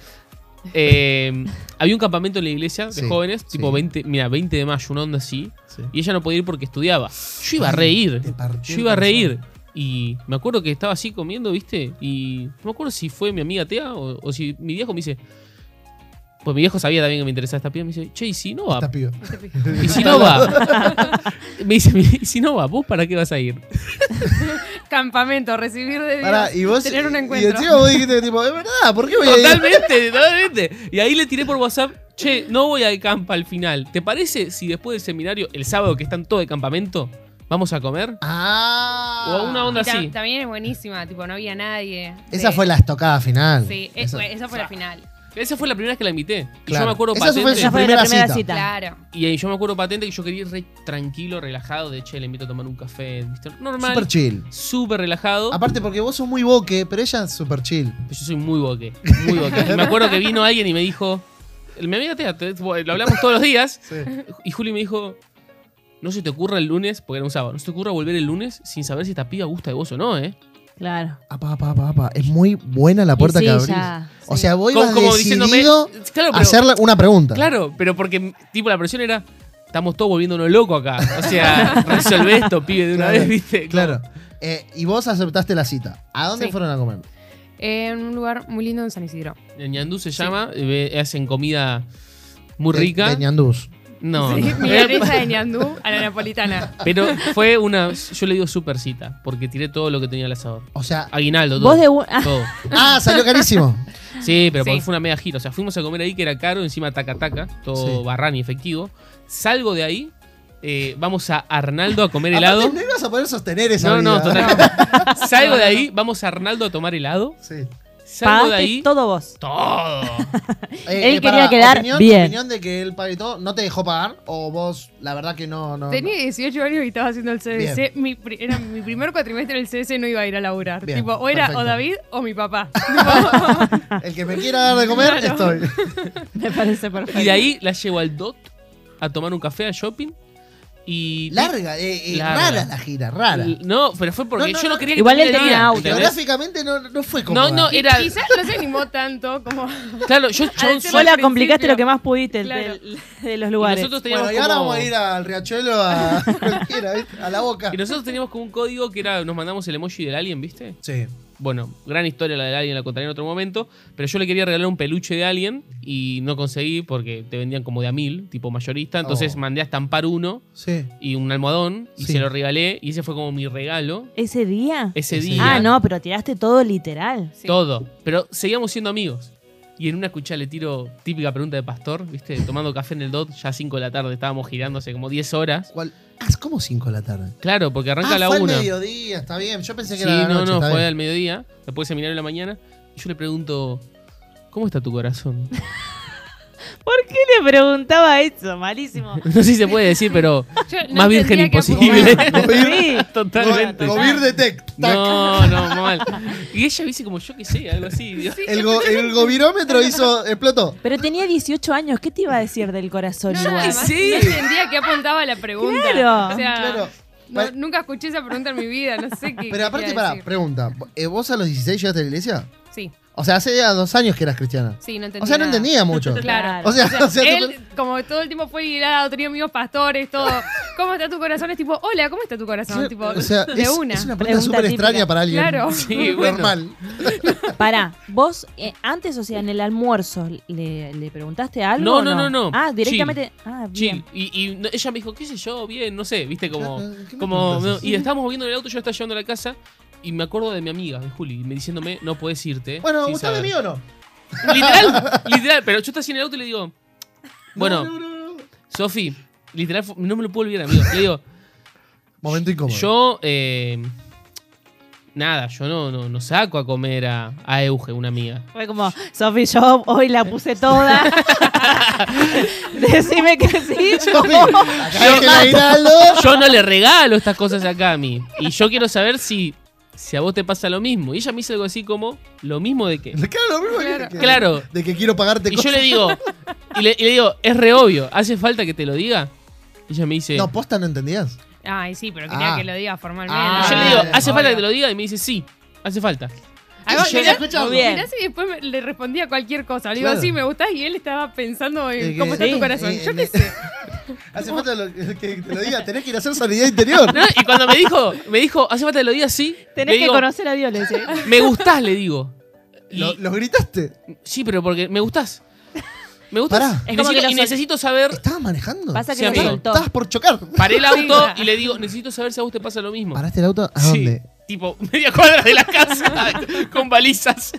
Speaker 4: Eh, había un campamento en la iglesia de
Speaker 2: Sí,
Speaker 4: jóvenes, tipo
Speaker 2: sí.
Speaker 4: 20, mira, 20 de mayo, una onda así.
Speaker 2: Sí.
Speaker 4: Y ella no podía ir porque estudiaba. Yo iba a
Speaker 2: Ay,
Speaker 4: reír.
Speaker 2: te partió
Speaker 4: Yo iba a
Speaker 2: el
Speaker 4: reír. Y me acuerdo que estaba así comiendo, ¿viste? Y no me acuerdo si fue mi amiga Tea o, o si mi viejo me dice. Pues mi viejo sabía también que me interesaba esta piba. Me dice, che, ¿y si no
Speaker 2: Esta
Speaker 4: va?
Speaker 2: piba.
Speaker 4: ¿Y si no va? Me dice, "¿Y si no va? ¿Vos para qué vas a ir?
Speaker 5: Campamento, recibir de Dios.
Speaker 2: Pará, y vos.
Speaker 5: tener un
Speaker 2: y
Speaker 5: encuentro.
Speaker 2: encima vos dijiste, tipo, es verdad, ¿por qué voy a ir?
Speaker 4: Totalmente, totalmente. Y ahí le tiré por WhatsApp, che, no voy al campo al final. ¿Te parece si después del seminario, el sábado que están todos de campamento, vamos a comer?
Speaker 2: Ah.
Speaker 4: O a una onda
Speaker 5: Y ta-
Speaker 4: así.
Speaker 5: También es buenísima, tipo, no había nadie.
Speaker 2: Esa
Speaker 5: De-
Speaker 2: fue la estocada final.
Speaker 5: Sí, e-
Speaker 2: Esa-
Speaker 5: fue- esa fue la final.
Speaker 4: Esa fue la primera vez que la invité. Y
Speaker 2: Claro.
Speaker 4: Yo me acuerdo
Speaker 2: Esa fue
Speaker 4: patente.
Speaker 3: Esa fue la
Speaker 2: Primera
Speaker 3: primera
Speaker 2: cita.
Speaker 3: cita.
Speaker 5: Claro.
Speaker 4: Y ahí yo me acuerdo patente que yo quería ir re tranquilo, relajado. De che, le invito a tomar un café. ¿viste?
Speaker 2: Super
Speaker 4: Normal.
Speaker 2: chill.
Speaker 4: Súper relajado.
Speaker 2: Aparte, porque vos sos muy boque, pero ella es super chill.
Speaker 4: Pero Yo soy muy boque. Muy boque. Y me acuerdo que vino alguien y me dijo. Mi amiga Tea, te- lo hablamos todos los días. Y Juli me dijo, no se te ocurra el lunes, porque era un sábado, no se te ocurra volver el lunes sin saber si esta piba gusta de vos o no, ¿eh?
Speaker 3: Claro.
Speaker 2: Apa, apa, apa, apa. Es muy buena la puerta
Speaker 3: Y sí,
Speaker 2: que abrís.
Speaker 3: ya.
Speaker 2: O sea, vos ibas decidido
Speaker 4: claro, pero,
Speaker 2: a hacerle una pregunta.
Speaker 4: claro, pero porque tipo la presión era, estamos todos volviéndonos locos acá. O sea, resolvé esto, pibe, de una
Speaker 2: Claro,
Speaker 4: vez, ¿viste?
Speaker 2: Claro. Eh, y vos aceptaste la cita. ¿A dónde
Speaker 5: Sí.
Speaker 2: fueron a comer?
Speaker 5: En un lugar muy lindo en San Isidro.
Speaker 4: En Ñandú se llama, eh, hacen comida muy
Speaker 2: De-
Speaker 4: rica.
Speaker 2: De, Ñandús. Oh,
Speaker 4: no,
Speaker 5: Sí,
Speaker 4: no.
Speaker 5: milanesa de ñandú a la napolitana.
Speaker 4: Pero fue una, yo le digo super cita, porque tiré todo lo que tenía el asador.
Speaker 2: O sea.
Speaker 4: Aguinaldo, todo.
Speaker 3: Vos de un-
Speaker 4: todo.
Speaker 2: Ah, salió carísimo.
Speaker 4: Sí, pero porque
Speaker 5: Sí.
Speaker 4: fue una media gira. O sea, fuimos a comer ahí que era caro, encima taca taca, todo
Speaker 2: Sí.
Speaker 4: barrán y efectivo. Salgo de ahí, eh, vamos a Arnaldo a comer helado.
Speaker 2: Aparte, no ibas a poder sostener esa
Speaker 4: No, no,
Speaker 2: vida.
Speaker 4: total. Salgo de ahí, vamos a Arnaldo a tomar helado.
Speaker 2: ¿eh? Sí.
Speaker 4: Salgo de
Speaker 3: Pagaste
Speaker 4: ahí.
Speaker 3: todo vos.
Speaker 4: Todo.
Speaker 2: Eh,
Speaker 3: Él
Speaker 2: eh,
Speaker 3: quería
Speaker 2: pará,
Speaker 3: quedar
Speaker 2: opinión,
Speaker 3: bien.
Speaker 2: opinión de que él pague todo, ¿no te dejó pagar? ¿O vos, la verdad que no? no
Speaker 5: Tenía 18 años y estaba haciendo el CBC. Mi, pri- era mi primer cuatrimestre en el CBC no iba a ir a laburar.
Speaker 2: Bien,
Speaker 5: tipo, o era
Speaker 2: perfecto.
Speaker 5: o David o mi papá.
Speaker 2: no? El que me quiera dar de comer,
Speaker 5: Claro.
Speaker 2: estoy.
Speaker 3: Me parece perfecto.
Speaker 4: Y de ahí la llevo al DOT a tomar un café, al shopping. Y
Speaker 2: Larga, eh, eh,
Speaker 4: Larga.
Speaker 2: rara la gira, rara.
Speaker 4: Y- No, pero fue porque
Speaker 2: No, no,
Speaker 4: yo no
Speaker 2: no.
Speaker 4: quería que
Speaker 3: Igual él
Speaker 4: termine el
Speaker 3: tenía
Speaker 4: día,
Speaker 3: auto.
Speaker 4: ¿entendés?
Speaker 2: Geográficamente no, no fue como.
Speaker 4: No, no, era.
Speaker 5: Quizás no se animó tanto como.
Speaker 4: Claro, yo, yo
Speaker 5: Al ser
Speaker 3: Vos
Speaker 5: Al
Speaker 3: la
Speaker 5: principio.
Speaker 3: complicaste lo que más pudiste del-
Speaker 5: Claro.
Speaker 3: del- de los
Speaker 4: y
Speaker 3: lugares.
Speaker 4: nosotros teníamos
Speaker 2: Bueno, y ahora
Speaker 4: como-
Speaker 2: vamos a ir al riachuelo a, cualquiera, ¿viste? a la boca.
Speaker 4: Y nosotros teníamos como un código que era, nos mandamos el emoji del alien, ¿viste?
Speaker 2: Sí.
Speaker 4: Bueno, gran historia la del alien, la contaré en otro momento, pero yo le quería regalar un peluche de alien y no conseguí porque te vendían como de a mil, tipo mayorista, entonces
Speaker 2: Oh.
Speaker 4: mandé a estampar uno
Speaker 2: Sí.
Speaker 4: y un almohadón y
Speaker 2: Sí.
Speaker 4: se lo regalé y ese fue como mi regalo
Speaker 3: ¿Ese día?
Speaker 4: ese
Speaker 2: Ese
Speaker 4: día.
Speaker 3: Ah, no, pero tiraste todo literal.
Speaker 5: Sí.
Speaker 4: Todo, pero seguíamos siendo amigos. Y en una escucha le tiro típica pregunta de pastor, ¿viste? Tomando café en el DOT, ya 5 de la tarde, estábamos girando hace como 10 horas.
Speaker 2: ¿Cuál? Ah, es como 5 de la tarde.
Speaker 4: Claro, porque arranca
Speaker 2: ah,
Speaker 4: a la
Speaker 2: fue al
Speaker 4: 1.
Speaker 2: mediodía, está bien. Yo pensé que
Speaker 4: Sí,
Speaker 2: era. la
Speaker 4: no,
Speaker 2: noche,
Speaker 4: no,
Speaker 2: está
Speaker 4: fue
Speaker 2: bien.
Speaker 4: al mediodía, después del seminario de la mañana. Y yo le pregunto, ¿cómo está tu corazón?
Speaker 3: ¿Por qué le preguntaba eso? Malísimo.
Speaker 4: No sé si se puede decir, pero
Speaker 5: Yo no
Speaker 4: más virgen
Speaker 5: entendía que
Speaker 4: imposible.
Speaker 3: Sí.
Speaker 4: Totalmente.
Speaker 2: Go- Gobir detect.
Speaker 4: No, no, mal. Y ella dice como yo que sé, algo así. digo.
Speaker 2: El, go- el gobirómetro hizo. explotó.
Speaker 3: Pero tenía 18 años, ¿qué te iba a decir del corazón
Speaker 5: No,
Speaker 3: igual?
Speaker 5: además, no entendía que apuntaba la pregunta.
Speaker 3: Claro.
Speaker 5: O sea,
Speaker 2: Claro.
Speaker 5: no-
Speaker 2: Pa-
Speaker 5: nunca escuché esa pregunta en mi vida, no sé qué.
Speaker 2: Pero aparte,
Speaker 5: para
Speaker 2: pará, pregunta. ¿eh, ¿Vos a los 16 llegaste a la iglesia?
Speaker 5: Sí,
Speaker 2: O sea, hace ya dos años que eras cristiana.
Speaker 5: sí, no entendía.
Speaker 2: O sea, no
Speaker 5: nada.
Speaker 2: entendía mucho.
Speaker 5: Claro.
Speaker 2: O sea, o sea, tú-
Speaker 5: Él, como todo el tiempo fue guirado, tenía amigos pastores, todo. ¿Cómo está tu corazón? Es tipo, hola, ¿cómo está tu corazón? Tipo,
Speaker 2: o sea,
Speaker 5: de
Speaker 2: es,
Speaker 5: una.
Speaker 2: es una pregunta
Speaker 3: Pregunta
Speaker 2: súper
Speaker 3: típica.
Speaker 2: extraña para alguien.
Speaker 5: Claro.
Speaker 4: Sí, bueno.
Speaker 2: Normal.
Speaker 3: Pará, vos eh, antes, o sea, en el almuerzo, ¿le, le preguntaste algo?
Speaker 4: No,
Speaker 3: o
Speaker 4: no,
Speaker 3: no,
Speaker 4: no, no.
Speaker 3: Ah, directamente. Ah, bien.
Speaker 4: Chill. Y, y no- ella me dijo, qué sé yo, bien, no sé, viste, como...
Speaker 2: Claro, ¿qué me
Speaker 4: como
Speaker 2: preguntas?
Speaker 4: y estábamos moviendo en el auto, yo estaba llevando a la casa y me acuerdo de mi amiga, de Juli, me diciéndome, no puedes irte.
Speaker 2: Bueno,
Speaker 4: sin
Speaker 2: ¿usted de
Speaker 4: saber".
Speaker 2: mí o no?
Speaker 4: Literal, literal, pero yo estaba así en el auto y le digo, bueno,
Speaker 2: No, no, no, no.
Speaker 4: Sofi, literal, fu- no me lo puedo olvidar, amigo. Le digo,
Speaker 2: Momento incómodo.
Speaker 4: yo, eh, nada, yo no, no, no saco a comer a, a Euge, una amiga.
Speaker 3: Fue como, Sofi, yo hoy la puse toda. Decime que sí, yo.
Speaker 2: Sofi, acá es que la Iraldo.
Speaker 4: Yo no le regalo estas cosas a Cami. Y yo quiero saber si, si a vos te pasa lo mismo. Y ella me dice algo así como, ¿lo mismo de qué?
Speaker 2: Claro, lo mismo que-
Speaker 5: Claro.
Speaker 2: que-
Speaker 4: Claro.
Speaker 2: De que quiero pagarte
Speaker 4: Y yo
Speaker 2: cosas.
Speaker 4: le digo, y le, y le digo, es re obvio, ¿hace falta que te lo diga? Y ella me dice,
Speaker 2: No, posta no entendías.
Speaker 5: Ay, sí, pero quería
Speaker 2: Ah.
Speaker 5: que lo diga formalmente.
Speaker 2: Ah,
Speaker 4: yo le digo,
Speaker 2: bien,
Speaker 4: ¿hace
Speaker 2: obvio.
Speaker 4: falta que te lo diga? Y me dice, sí, hace falta.
Speaker 5: Además,
Speaker 2: Y yo-
Speaker 5: mirá-
Speaker 2: escucha algo.
Speaker 3: Muy bien.
Speaker 5: Mirá si después me- le respondía cualquier cosa. Le digo,
Speaker 2: Claro.
Speaker 5: sí, me gustás. Y él estaba pensando en
Speaker 2: Eh, que-
Speaker 5: cómo está
Speaker 3: sí,
Speaker 5: tu corazón.
Speaker 2: eh,
Speaker 5: Yo qué
Speaker 2: eh,
Speaker 5: sé.
Speaker 2: Hace falta lo- que te lo diga. Tenés que ir a hacer sanidad interior.
Speaker 4: No, y cuando me dijo, me dijo, ¿hace falta que lo diga? Sí.
Speaker 3: Tenés
Speaker 4: Le
Speaker 3: que
Speaker 4: digo,
Speaker 3: conocer a Dios, le decía.
Speaker 4: Me gustás, le digo. Y-
Speaker 2: Lo- ¿Los gritaste?
Speaker 4: Sí, pero porque me gustás. Me gustás.
Speaker 2: Pará.
Speaker 4: Y,
Speaker 3: Es como que
Speaker 4: necesito,
Speaker 3: lo
Speaker 4: y
Speaker 3: sol-
Speaker 4: necesito saber.
Speaker 2: ¿Estabas manejando?
Speaker 3: Pasa
Speaker 4: Sí,
Speaker 3: que lo
Speaker 4: amigo.
Speaker 3: soltó.
Speaker 2: Estabas por chocar.
Speaker 4: Paré el auto
Speaker 5: Sí.
Speaker 4: y le digo, necesito saber si a vos te pasa lo mismo.
Speaker 2: ¿Paraste el auto? ¿A
Speaker 4: Sí,
Speaker 2: dónde?
Speaker 4: Tipo, media cuadra de la casa con balizas.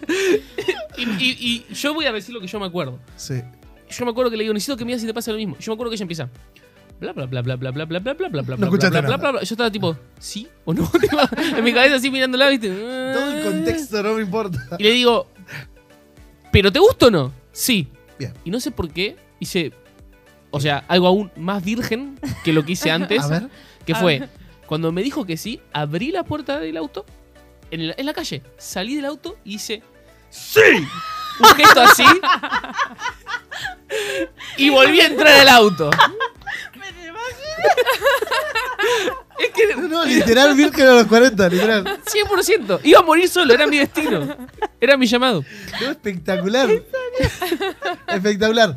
Speaker 4: Y, y- y yo voy a decir lo que yo me acuerdo.
Speaker 2: Sí.
Speaker 4: Yo me acuerdo que le digo, necesito que me digas si te pasa lo mismo. Yo me acuerdo que ella empieza. Bla bla bla bla bla bla bla bla bla bla bla bla
Speaker 2: escuchaste
Speaker 4: bla, bla,
Speaker 2: nada.
Speaker 4: bla, bla. Yo estaba tipo, ¿sí o no? Tipo, en mi cabeza así mirándola, viste.
Speaker 2: Todo el contexto no me importa.
Speaker 4: Y le digo, ¿pero te gusta o no? Sí.
Speaker 2: Bien.
Speaker 4: Y no sé por qué hice, o sea, algo aún más virgen que lo que hice antes,
Speaker 2: A ver.
Speaker 4: que
Speaker 5: A
Speaker 4: fue, cuando me dijo que sí, abrí la puerta del auto, en la, en la calle, salí del auto y hice, ¡Sí! Un gesto así. y volví a entrar al auto. es que
Speaker 2: No, no, literal, virgen a los 40, literal.
Speaker 4: 100%, iba a morir solo, era mi destino. Era mi llamado.
Speaker 2: No, espectacular. espectacular.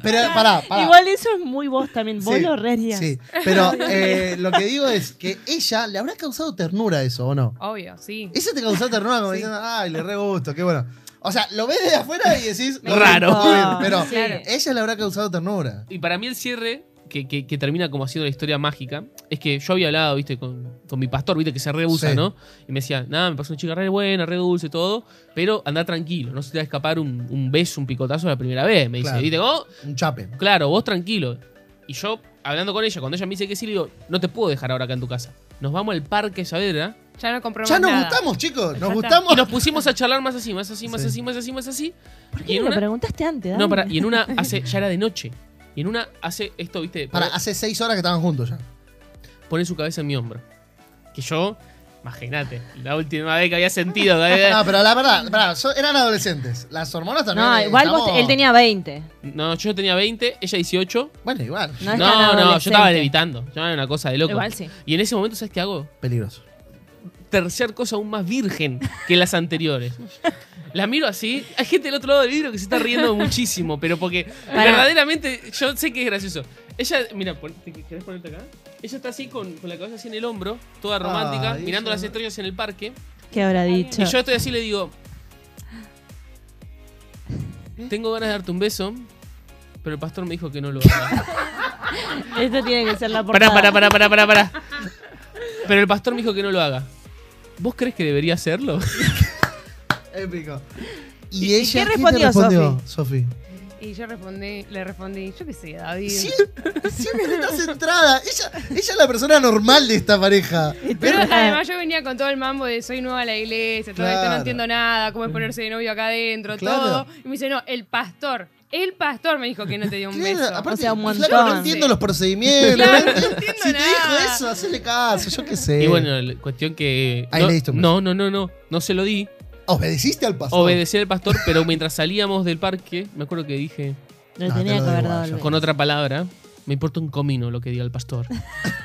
Speaker 2: Pero, pará, pará.
Speaker 3: Igual eso es muy vos también. Vos
Speaker 2: Sí,
Speaker 3: lo re harías.
Speaker 2: Sí, pero eh, lo que digo es que ella le habrá causado ternura eso, ¿o no?
Speaker 5: Obvio, sí.
Speaker 2: Eso te causó ternura como diciendo, ay, le re gusto, qué bueno. O sea, lo ves desde afuera y decís, "No,
Speaker 4: Raro".
Speaker 2: no, bien",
Speaker 3: Ah,
Speaker 2: pero
Speaker 3: sí.
Speaker 2: ella le habrá causado ternura.
Speaker 4: Y para mí el cierre, que, que- que termina como haciendo la historia mágica, es que yo había hablado, viste, con, con mi pastor, viste, que se rehúsa,
Speaker 2: Sí.
Speaker 4: ¿no? Y me decía, nada, me pasó una chica re buena, re dulce, y todo, pero anda tranquilo, no se te va a escapar un, un beso, un picotazo la primera vez. Me dice,
Speaker 2: Claro.
Speaker 4: viste, oh,
Speaker 2: Un chape.
Speaker 4: claro, vos tranquilo. Y yo, hablando con ella, cuando ella me dice que sí, le digo, no te puedo dejar ahora acá en tu casa. Nos vamos al parque Saavedra
Speaker 5: Ya no compramos
Speaker 2: Ya nos
Speaker 5: nada.
Speaker 2: gustamos, chicos, nos
Speaker 5: está.
Speaker 2: gustamos.
Speaker 4: y nos pusimos a charlar más así, más así, más
Speaker 2: Sí.
Speaker 4: así, más así, más así.
Speaker 3: ¿Por
Speaker 4: Y
Speaker 3: qué
Speaker 4: en
Speaker 3: no lo
Speaker 4: una-
Speaker 3: preguntaste antes?
Speaker 4: No,
Speaker 3: Dani?
Speaker 4: para, y en una hace, ya era de noche. Y en una hace esto, viste.
Speaker 2: Para, hace seis horas que estaban juntos ya.
Speaker 4: pone su cabeza en mi hombro. Que yo Imagínate, la última vez que había sentido.
Speaker 3: Eh.
Speaker 2: No, pero la verdad, pará, so- eran adolescentes. Las hormonas también.
Speaker 3: No,
Speaker 2: eh,
Speaker 3: igual vos-
Speaker 2: estamos-
Speaker 3: él tenía 20.
Speaker 4: No, yo tenía 20, ella 18.
Speaker 2: Bueno, igual.
Speaker 3: No es tan
Speaker 4: No, no, yo estaba
Speaker 3: adolescente.
Speaker 4: levitando. Yo era una cosa de loco.
Speaker 3: Igual sí.
Speaker 4: Y en ese momento, ¿sabes qué hago?
Speaker 2: Peligroso.
Speaker 4: tercer cosa aún más virgen que las anteriores. La miro así, hay gente del otro lado del vidrio que se está riendo muchísimo, pero porque
Speaker 3: Pará.
Speaker 4: verdaderamente yo sé que es gracioso. Ella, mira, pon- ¿te- ¿querés ponerte acá? Ella está así con, con la cabeza así en el hombro, toda romántica,
Speaker 2: Ay,
Speaker 4: mirando
Speaker 2: ella-
Speaker 4: las estrellas en el parque.
Speaker 3: ¿Qué habrá dicho?
Speaker 4: Y yo estoy así y le digo,
Speaker 2: ¿Eh?
Speaker 4: tengo ganas de darte un beso, pero el pastor me dijo que no lo haga.
Speaker 3: Esto tiene que ser la portada.
Speaker 4: Pará, pará, pará, pará, pará, pará. Pero el pastor me dijo que no lo haga. ¿Vos crees que debería hacerlo?
Speaker 2: Épico.
Speaker 3: ¿Y-
Speaker 2: ¿Y,
Speaker 3: y
Speaker 2: ella
Speaker 3: qué respondió,
Speaker 2: Sofi?
Speaker 5: Y yo respondí, le respondí, yo qué sé, David.
Speaker 2: Sí, Siempre está centrada. Ella, ella es la persona normal de esta pareja.
Speaker 5: Pero
Speaker 2: Pero-
Speaker 5: además yo venía con todo el mambo de soy nueva a la iglesia, todo esto,
Speaker 2: Claro. Mm.
Speaker 5: no entiendo nada, cómo es ponerse de novio acá adentro,
Speaker 2: Claro.
Speaker 5: todo. Y me dice, no, el pastor, el pastor me dijo que no te dio un
Speaker 2: Claro,
Speaker 5: beso.
Speaker 2: aparte,
Speaker 3: O sea, un
Speaker 2: claro,
Speaker 3: montón.
Speaker 2: no entiendo los procedimientos.
Speaker 5: Claro, no
Speaker 2: enti-
Speaker 5: entiendo
Speaker 2: si te
Speaker 5: nada.
Speaker 2: dijo eso, hacele caso, yo qué sé.
Speaker 4: Y bueno, la cuestión que.
Speaker 2: Eh, Ahí
Speaker 4: no,
Speaker 2: le diste un
Speaker 4: no, no, no, no. No se lo di.
Speaker 2: Obedeciste al pastor.
Speaker 4: Obedecí al pastor, pero mientras salíamos del parque, me acuerdo que dije
Speaker 3: Lo
Speaker 2: No, te
Speaker 3: tenía
Speaker 2: lo
Speaker 3: que
Speaker 2: doy
Speaker 3: haber
Speaker 2: igual,
Speaker 3: dado. el
Speaker 2: yo
Speaker 3: beso.
Speaker 4: con otra palabra. Me importa un comino lo que diga el pastor.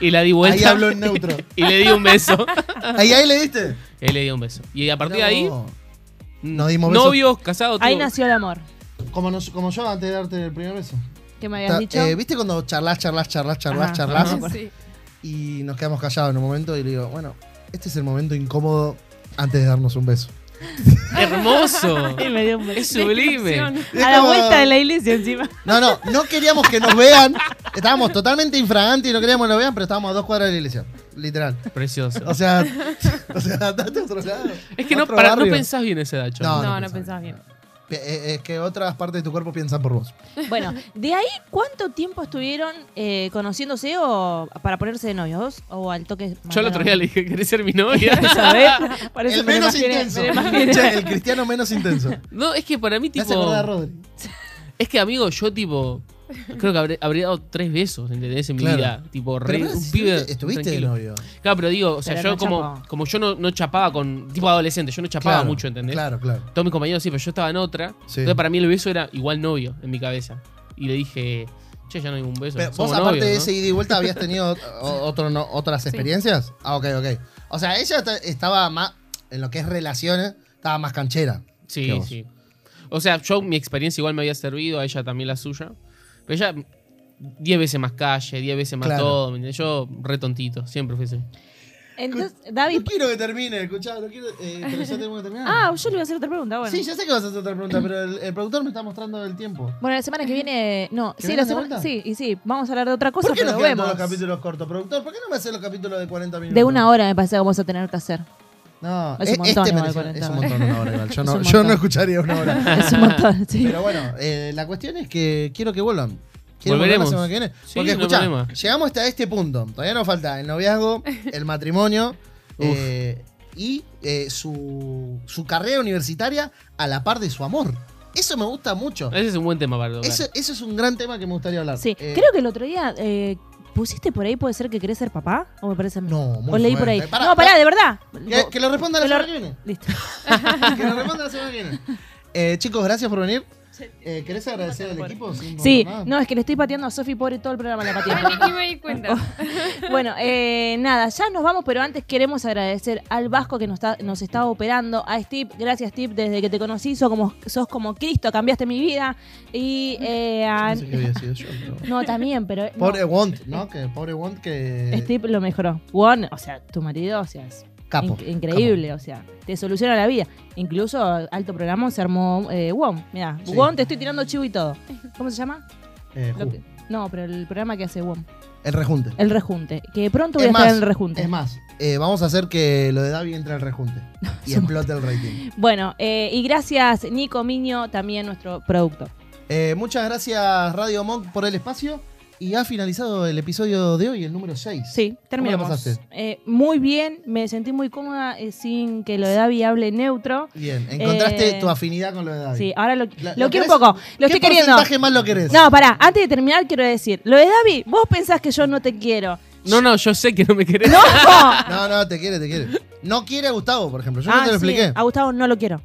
Speaker 4: Y la di vuelta.
Speaker 2: Ahí habló en neutro.
Speaker 4: Y le di un beso.
Speaker 2: Ahí, ahí le diste.
Speaker 4: Y le di un beso. Y a partir de
Speaker 2: No.
Speaker 4: ahí, mm,
Speaker 2: no dimos besos.
Speaker 4: novios, casados,
Speaker 3: Ahí
Speaker 4: todo.
Speaker 3: nació el amor.
Speaker 2: Como, nos- como yo antes de darte el primer beso.
Speaker 3: ¿Qué me habías
Speaker 2: Ta-
Speaker 3: dicho?
Speaker 2: eh, ¿Viste cuando charlas, charlas, charlas, charlas,
Speaker 3: Ajá.
Speaker 2: charlas?
Speaker 4: Ajá.
Speaker 5: Sí.
Speaker 2: Y nos quedamos callados en un momento y le digo, bueno, este es el momento incómodo antes de darnos un beso.
Speaker 4: Hermoso.
Speaker 3: Y me dio un
Speaker 4: Es
Speaker 3: beso.
Speaker 4: sublime.
Speaker 5: Descripción.
Speaker 2: Y es
Speaker 3: A la
Speaker 2: como-
Speaker 3: vuelta de la iglesia encima.
Speaker 2: No, no, no queríamos que nos vean. Estábamos totalmente infragantes y no queríamos que nos vean, pero estábamos a dos cuadras de la iglesia. Literal.
Speaker 4: Precioso.
Speaker 2: O sea, o sea, andate a otro lado.
Speaker 4: es que no,
Speaker 2: otro
Speaker 4: para, no
Speaker 2: barrio.
Speaker 4: pensás bien esa edad, Chon.
Speaker 2: No,
Speaker 5: No,
Speaker 2: no
Speaker 5: no
Speaker 2: pensaba.
Speaker 5: pensabas bien.
Speaker 2: Pe- eh, Es que otras partes de tu cuerpo piensan por vos.
Speaker 3: Bueno, de ahí, ¿cuánto tiempo estuvieron eh, conociéndose o para ponerse de novios? ¿O al toque?
Speaker 4: Yo el otro día le dije, ¿querés ser mi novia?
Speaker 3: ¿Sabes? Por eso
Speaker 2: El
Speaker 3: me lo
Speaker 2: menos
Speaker 3: imaginé,
Speaker 2: intenso.
Speaker 3: me lo imaginé.
Speaker 2: Che, El cristiano menos intenso.
Speaker 4: No, es que para mí,
Speaker 2: Te
Speaker 4: tipo.
Speaker 2: hace acordar a Rodri.
Speaker 4: Es que, amigo, yo, tipo, creo que habré, habré dado tres besos, ¿entendés? En
Speaker 2: Claro.
Speaker 4: mi vida. Tipo, re,
Speaker 2: Pero,
Speaker 4: un
Speaker 2: pará,
Speaker 4: pibe.
Speaker 2: Estuviste de
Speaker 4: tranquilo.
Speaker 2: novio.
Speaker 4: Claro, pero digo, o sea,
Speaker 3: Pero
Speaker 4: yo
Speaker 3: no
Speaker 4: como,
Speaker 3: chapó.
Speaker 4: como yo no, no chapaba con. Tipo adolescente, yo no chapaba
Speaker 2: Claro,
Speaker 4: mucho, ¿entendés?
Speaker 2: Claro, claro.
Speaker 4: Todos mis compañeros sí, pero yo estaba en otra.
Speaker 2: Sí.
Speaker 4: Entonces, para mí el beso era igual novio en mi cabeza. Y le dije, che, ya no hay un beso.
Speaker 2: Pero vos,
Speaker 4: somos
Speaker 2: aparte
Speaker 4: novios,
Speaker 2: de
Speaker 4: ¿no?".
Speaker 2: ese ida y vuelta, ¿habías tenido o- otro, no- otras experiencias? Ah, ok, ok. O sea, ella ta- estaba más. En lo que es relaciones, estaba más canchera. que
Speaker 4: Sí,
Speaker 2: vos.
Speaker 4: sí. O sea, yo mi experiencia igual me había servido, a ella también la suya. Pero ella, 10 veces más calle, 10 veces más
Speaker 2: Claro.
Speaker 4: todo. ¿me entendés? Yo re tontito, siempre fui así.
Speaker 3: Entonces,
Speaker 2: No
Speaker 3: David.
Speaker 2: quiero que termine, escuchá, no quiero. eh, pero ya tengo que terminar.
Speaker 3: Ah, yo le voy a hacer otra pregunta. Bueno.
Speaker 2: Sí, ya sé que vas a hacer otra pregunta, pero el, el productor me está mostrando el tiempo.
Speaker 3: Bueno, la semana que viene. No, sí,
Speaker 2: viene
Speaker 3: la
Speaker 2: de
Speaker 3: semana.
Speaker 2: vuelta?
Speaker 3: Sí, y sí, vamos a hablar de otra cosa,
Speaker 2: ¿Por qué
Speaker 3: pero
Speaker 2: nos quedan
Speaker 3: vemos.
Speaker 2: todos los capítulos cortos, productor? ¿Por qué no me haces los capítulos de 40 minutos?
Speaker 3: De una hora me parece que vamos a tener que hacer.
Speaker 2: No,
Speaker 3: Es un
Speaker 2: e-
Speaker 3: montón
Speaker 2: este
Speaker 3: igual,
Speaker 2: merece-
Speaker 3: 40
Speaker 2: es un montón una hora igual. Yo
Speaker 3: Es
Speaker 2: no,
Speaker 3: un
Speaker 2: yo
Speaker 3: montón.
Speaker 2: no escucharía una hora.
Speaker 3: Es un montón, sí.
Speaker 2: Pero bueno, eh, la cuestión es que quiero que vuelvan. Quiero volver la
Speaker 4: Volveremos.
Speaker 2: semana que viene.
Speaker 4: Sí,
Speaker 2: Porque
Speaker 4: no
Speaker 2: escuchá,
Speaker 4: problema.
Speaker 2: llegamos hasta este punto. Todavía nos falta el noviazgo, el matrimonio eh, y eh, su, su carrera universitaria a la par de su amor. Eso me gusta mucho.
Speaker 4: Ese es un buen tema para tocar.
Speaker 2: Eso, eso es un gran tema que me gustaría hablar.
Speaker 3: Sí,
Speaker 2: Eh,
Speaker 3: creo que el otro día eh, pusiste por ahí, puede ser que querés ser papá, o me parece a mí?
Speaker 2: No, muy
Speaker 3: O leí por
Speaker 2: fuerte.
Speaker 3: ahí.
Speaker 2: Pará,
Speaker 3: no, pará,
Speaker 2: pará.
Speaker 3: de verdad.
Speaker 2: Que, que lo responda la
Speaker 3: Que lo-
Speaker 2: semana que viene.
Speaker 3: Listo.
Speaker 2: Que lo responda la semana que viene. Eh, chicos, gracias por venir. Eh, ¿Querés agradecer al equipo? sin
Speaker 3: Sí,
Speaker 2: nada?
Speaker 3: no, es que le estoy pateando a Sofi pobre todo el programa la
Speaker 5: Ay,
Speaker 3: pateando.
Speaker 5: ni- ni me di
Speaker 2: Oh.
Speaker 5: cuenta.
Speaker 3: Bueno, eh, nada, ya nos vamos, pero antes queremos agradecer al Vasco que nos está, nos está operando, a Steve, gracias Steve, desde que te conocí sos como, sos como Cristo, cambiaste mi vida. Y eh, a-
Speaker 2: No sé qué había sido yo, pero-
Speaker 3: No, también, pero... no,
Speaker 2: Pobre Want, ¿no? Que pobre Want que.
Speaker 3: Steve lo mejoró. Juan, o sea, tu marido, o sea, es
Speaker 2: Capo.
Speaker 3: in- increíble, o sea, te soluciona la vida. Incluso alto programa se armó eh, Won, mira,
Speaker 2: Sí.
Speaker 3: Won, te estoy tirando chivo y todo. ¿Cómo se llama?
Speaker 2: Capo. Eh,
Speaker 3: Lo
Speaker 2: Ju.
Speaker 3: que- no, pero el programa que hace Won,
Speaker 2: El rejunte.
Speaker 3: el rejunte, que pronto voy
Speaker 2: Es
Speaker 3: a estar
Speaker 2: más,
Speaker 3: en el rejunte.
Speaker 2: Es más, eh, vamos a hacer que lo de Davi entre al rejunte y explote el rating.
Speaker 3: Bueno, eh, y gracias Nico Miño, también nuestro productor.
Speaker 2: Eh, muchas gracias, Radio Monk, por el espacio. Y ha finalizado el episodio de hoy, el número 6.
Speaker 3: Sí, terminamos.
Speaker 2: pasaste?
Speaker 3: Eh, muy bien, me sentí muy cómoda eh, sin que lo de Davi hable neutro.
Speaker 2: Bien, encontraste
Speaker 3: Eh,
Speaker 2: tu afinidad con lo de Davi.
Speaker 3: Sí, ahora lo,
Speaker 2: La-
Speaker 3: lo
Speaker 2: ¿lo
Speaker 3: quiero un
Speaker 2: querés?
Speaker 3: poco, lo
Speaker 2: ¿Qué
Speaker 3: estoy queriendo.
Speaker 2: porcentaje más lo querés?
Speaker 3: No, pará, antes de terminar quiero decir, lo de Davi, vos pensás que yo no te quiero.
Speaker 4: No, no, yo sé que no me querés.
Speaker 3: No,
Speaker 2: no, no, te quiere, te quiere. No quiere a Gustavo, por ejemplo. Yo
Speaker 3: Ah,
Speaker 2: no te lo
Speaker 3: sí,
Speaker 2: expliqué.
Speaker 3: A Gustavo no lo quiero.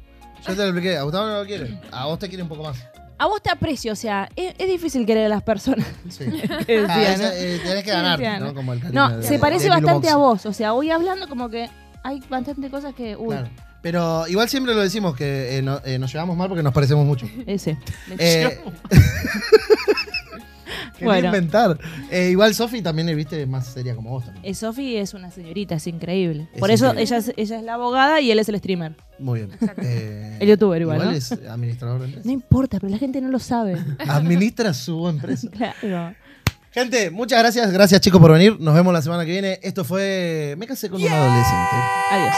Speaker 2: Yo te lo expliqué. A Gustavo no lo quiere. A vos te quiere un poco más.
Speaker 3: A vos te aprecio, o sea, es, es difícil querer a las personas.
Speaker 2: Sí.
Speaker 3: que
Speaker 2: Ah,
Speaker 3: decían,
Speaker 2: esa, eh, tenés que ganar,
Speaker 3: Cristiano.
Speaker 2: ¿no? Como el cariño
Speaker 3: No,
Speaker 2: de-
Speaker 3: se parece
Speaker 2: de Bill
Speaker 3: bastante
Speaker 2: Boxer.
Speaker 3: a vos. O sea, hoy hablando como que hay bastante cosas que. Uy,
Speaker 2: Claro. Pero igual siempre lo decimos que eh, no- eh, nos llevamos mal porque nos parecemos mucho.
Speaker 3: ese.
Speaker 2: Eh, quería
Speaker 3: Bueno.
Speaker 2: inventar. Eh, igual Sofi también eh, viste es más seria como vos también.
Speaker 3: Eh, Sofi es una señorita, es increíble.
Speaker 2: Es
Speaker 3: Por eso
Speaker 2: increíble.
Speaker 3: ella es, ella es la abogada y él es el streamer.
Speaker 2: Muy bien. Eh,
Speaker 3: El youtuber igual, ¿no?
Speaker 2: es administrador de
Speaker 3: No
Speaker 2: empresa.
Speaker 3: importa, pero la gente no lo sabe.
Speaker 2: Administra su empresa.
Speaker 3: claro.
Speaker 2: Gente, muchas gracias. Gracias chicos por venir. Nos vemos la semana que viene. Esto fue Me casé con un adolescente.
Speaker 3: Adiós.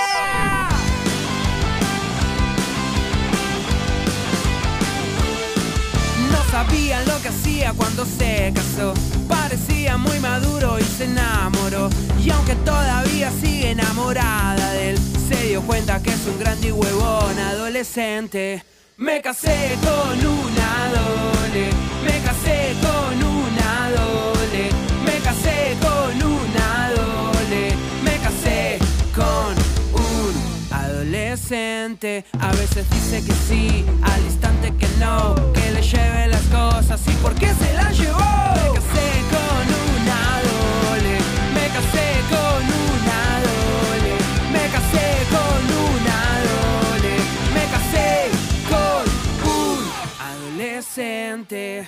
Speaker 1: No sabía lo que hacía cuando se casó. Parecía muy maduro y se enamoró. Y aunque todavía sigue enamorada de él, se dio cuenta que es un grande y huevón adolescente. Me casé con una dole, me casé con una dole, me casé con una dole, me casé con un adolescente. A veces dice que sí, al instante que no, que le lleve las cosas y por qué se las llevó. Me casé con una dole, me casé con una dole, me casé con una dole, me casé con un adolescente.